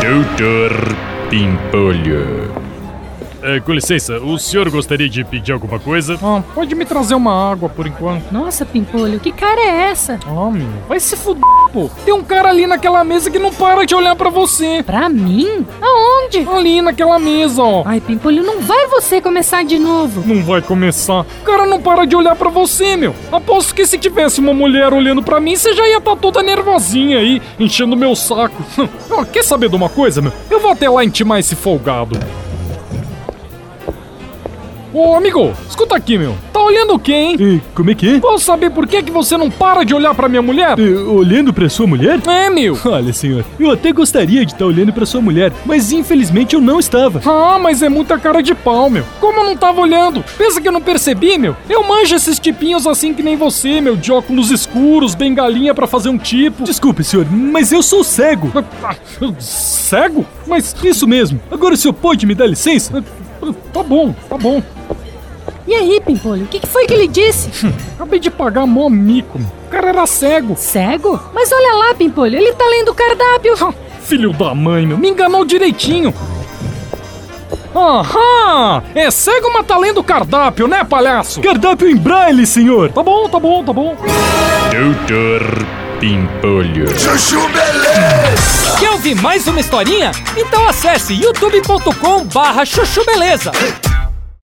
Senhor Pimpolho. É, com licença, o senhor gostaria de pedir alguma coisa? Ah, pode me trazer uma água por enquanto? Nossa, Pimpolho, que cara é essa? Ah, meu, vai se fuder, pô. Tem um cara ali naquela mesa que não para de olhar pra você. Pra mim? Aonde? Ali naquela mesa, ó. Ai, Pimpolho, não vai você começar de novo. Não vai começar. O cara não para de olhar pra você, meu. Aposto que se tivesse uma mulher olhando pra mim, você já ia estar toda nervosinha aí, enchendo meu saco. Ó, Quer saber de uma coisa, meu? Eu vou até lá intimar esse folgado. Ô, amigo, escuta aqui, meu. Tá olhando o quê, hein? como é que é? Posso saber por que, que você não para de olhar pra minha mulher? Eh, olhando pra sua mulher? É, meu. Olha, senhor, eu até gostaria de estar olhando pra sua mulher, mas infelizmente eu não estava. Ah, mas é muita cara de pau, meu. Como eu não tava olhando? Pensa que eu não percebi, meu? Eu manjo esses tipinhos assim que nem você, meu. De óculos escuros, bengalinha pra fazer um tipo. Desculpe, senhor, mas eu sou cego. Ah, Cego? Mas Isso mesmo. Agora o senhor pode me dar licença? tá bom, tá bom. E aí, Pimpolho, o que, que foi que ele disse? Acabei de pagar mó mico, meu. O cara era cego. Cego? Mas olha lá, Pimpolho, ele tá lendo o cardápio. Ah, Filho da mãe, meu. Me enganou direitinho. Aham! É cego, mas tá lendo o cardápio, né, palhaço? Cardápio em braille, senhor. Tá bom, tá bom, tá bom. Doutor Pimpolho. Quer ouvir mais uma historinha? Então acesse youtube.com barra chuchu beleza.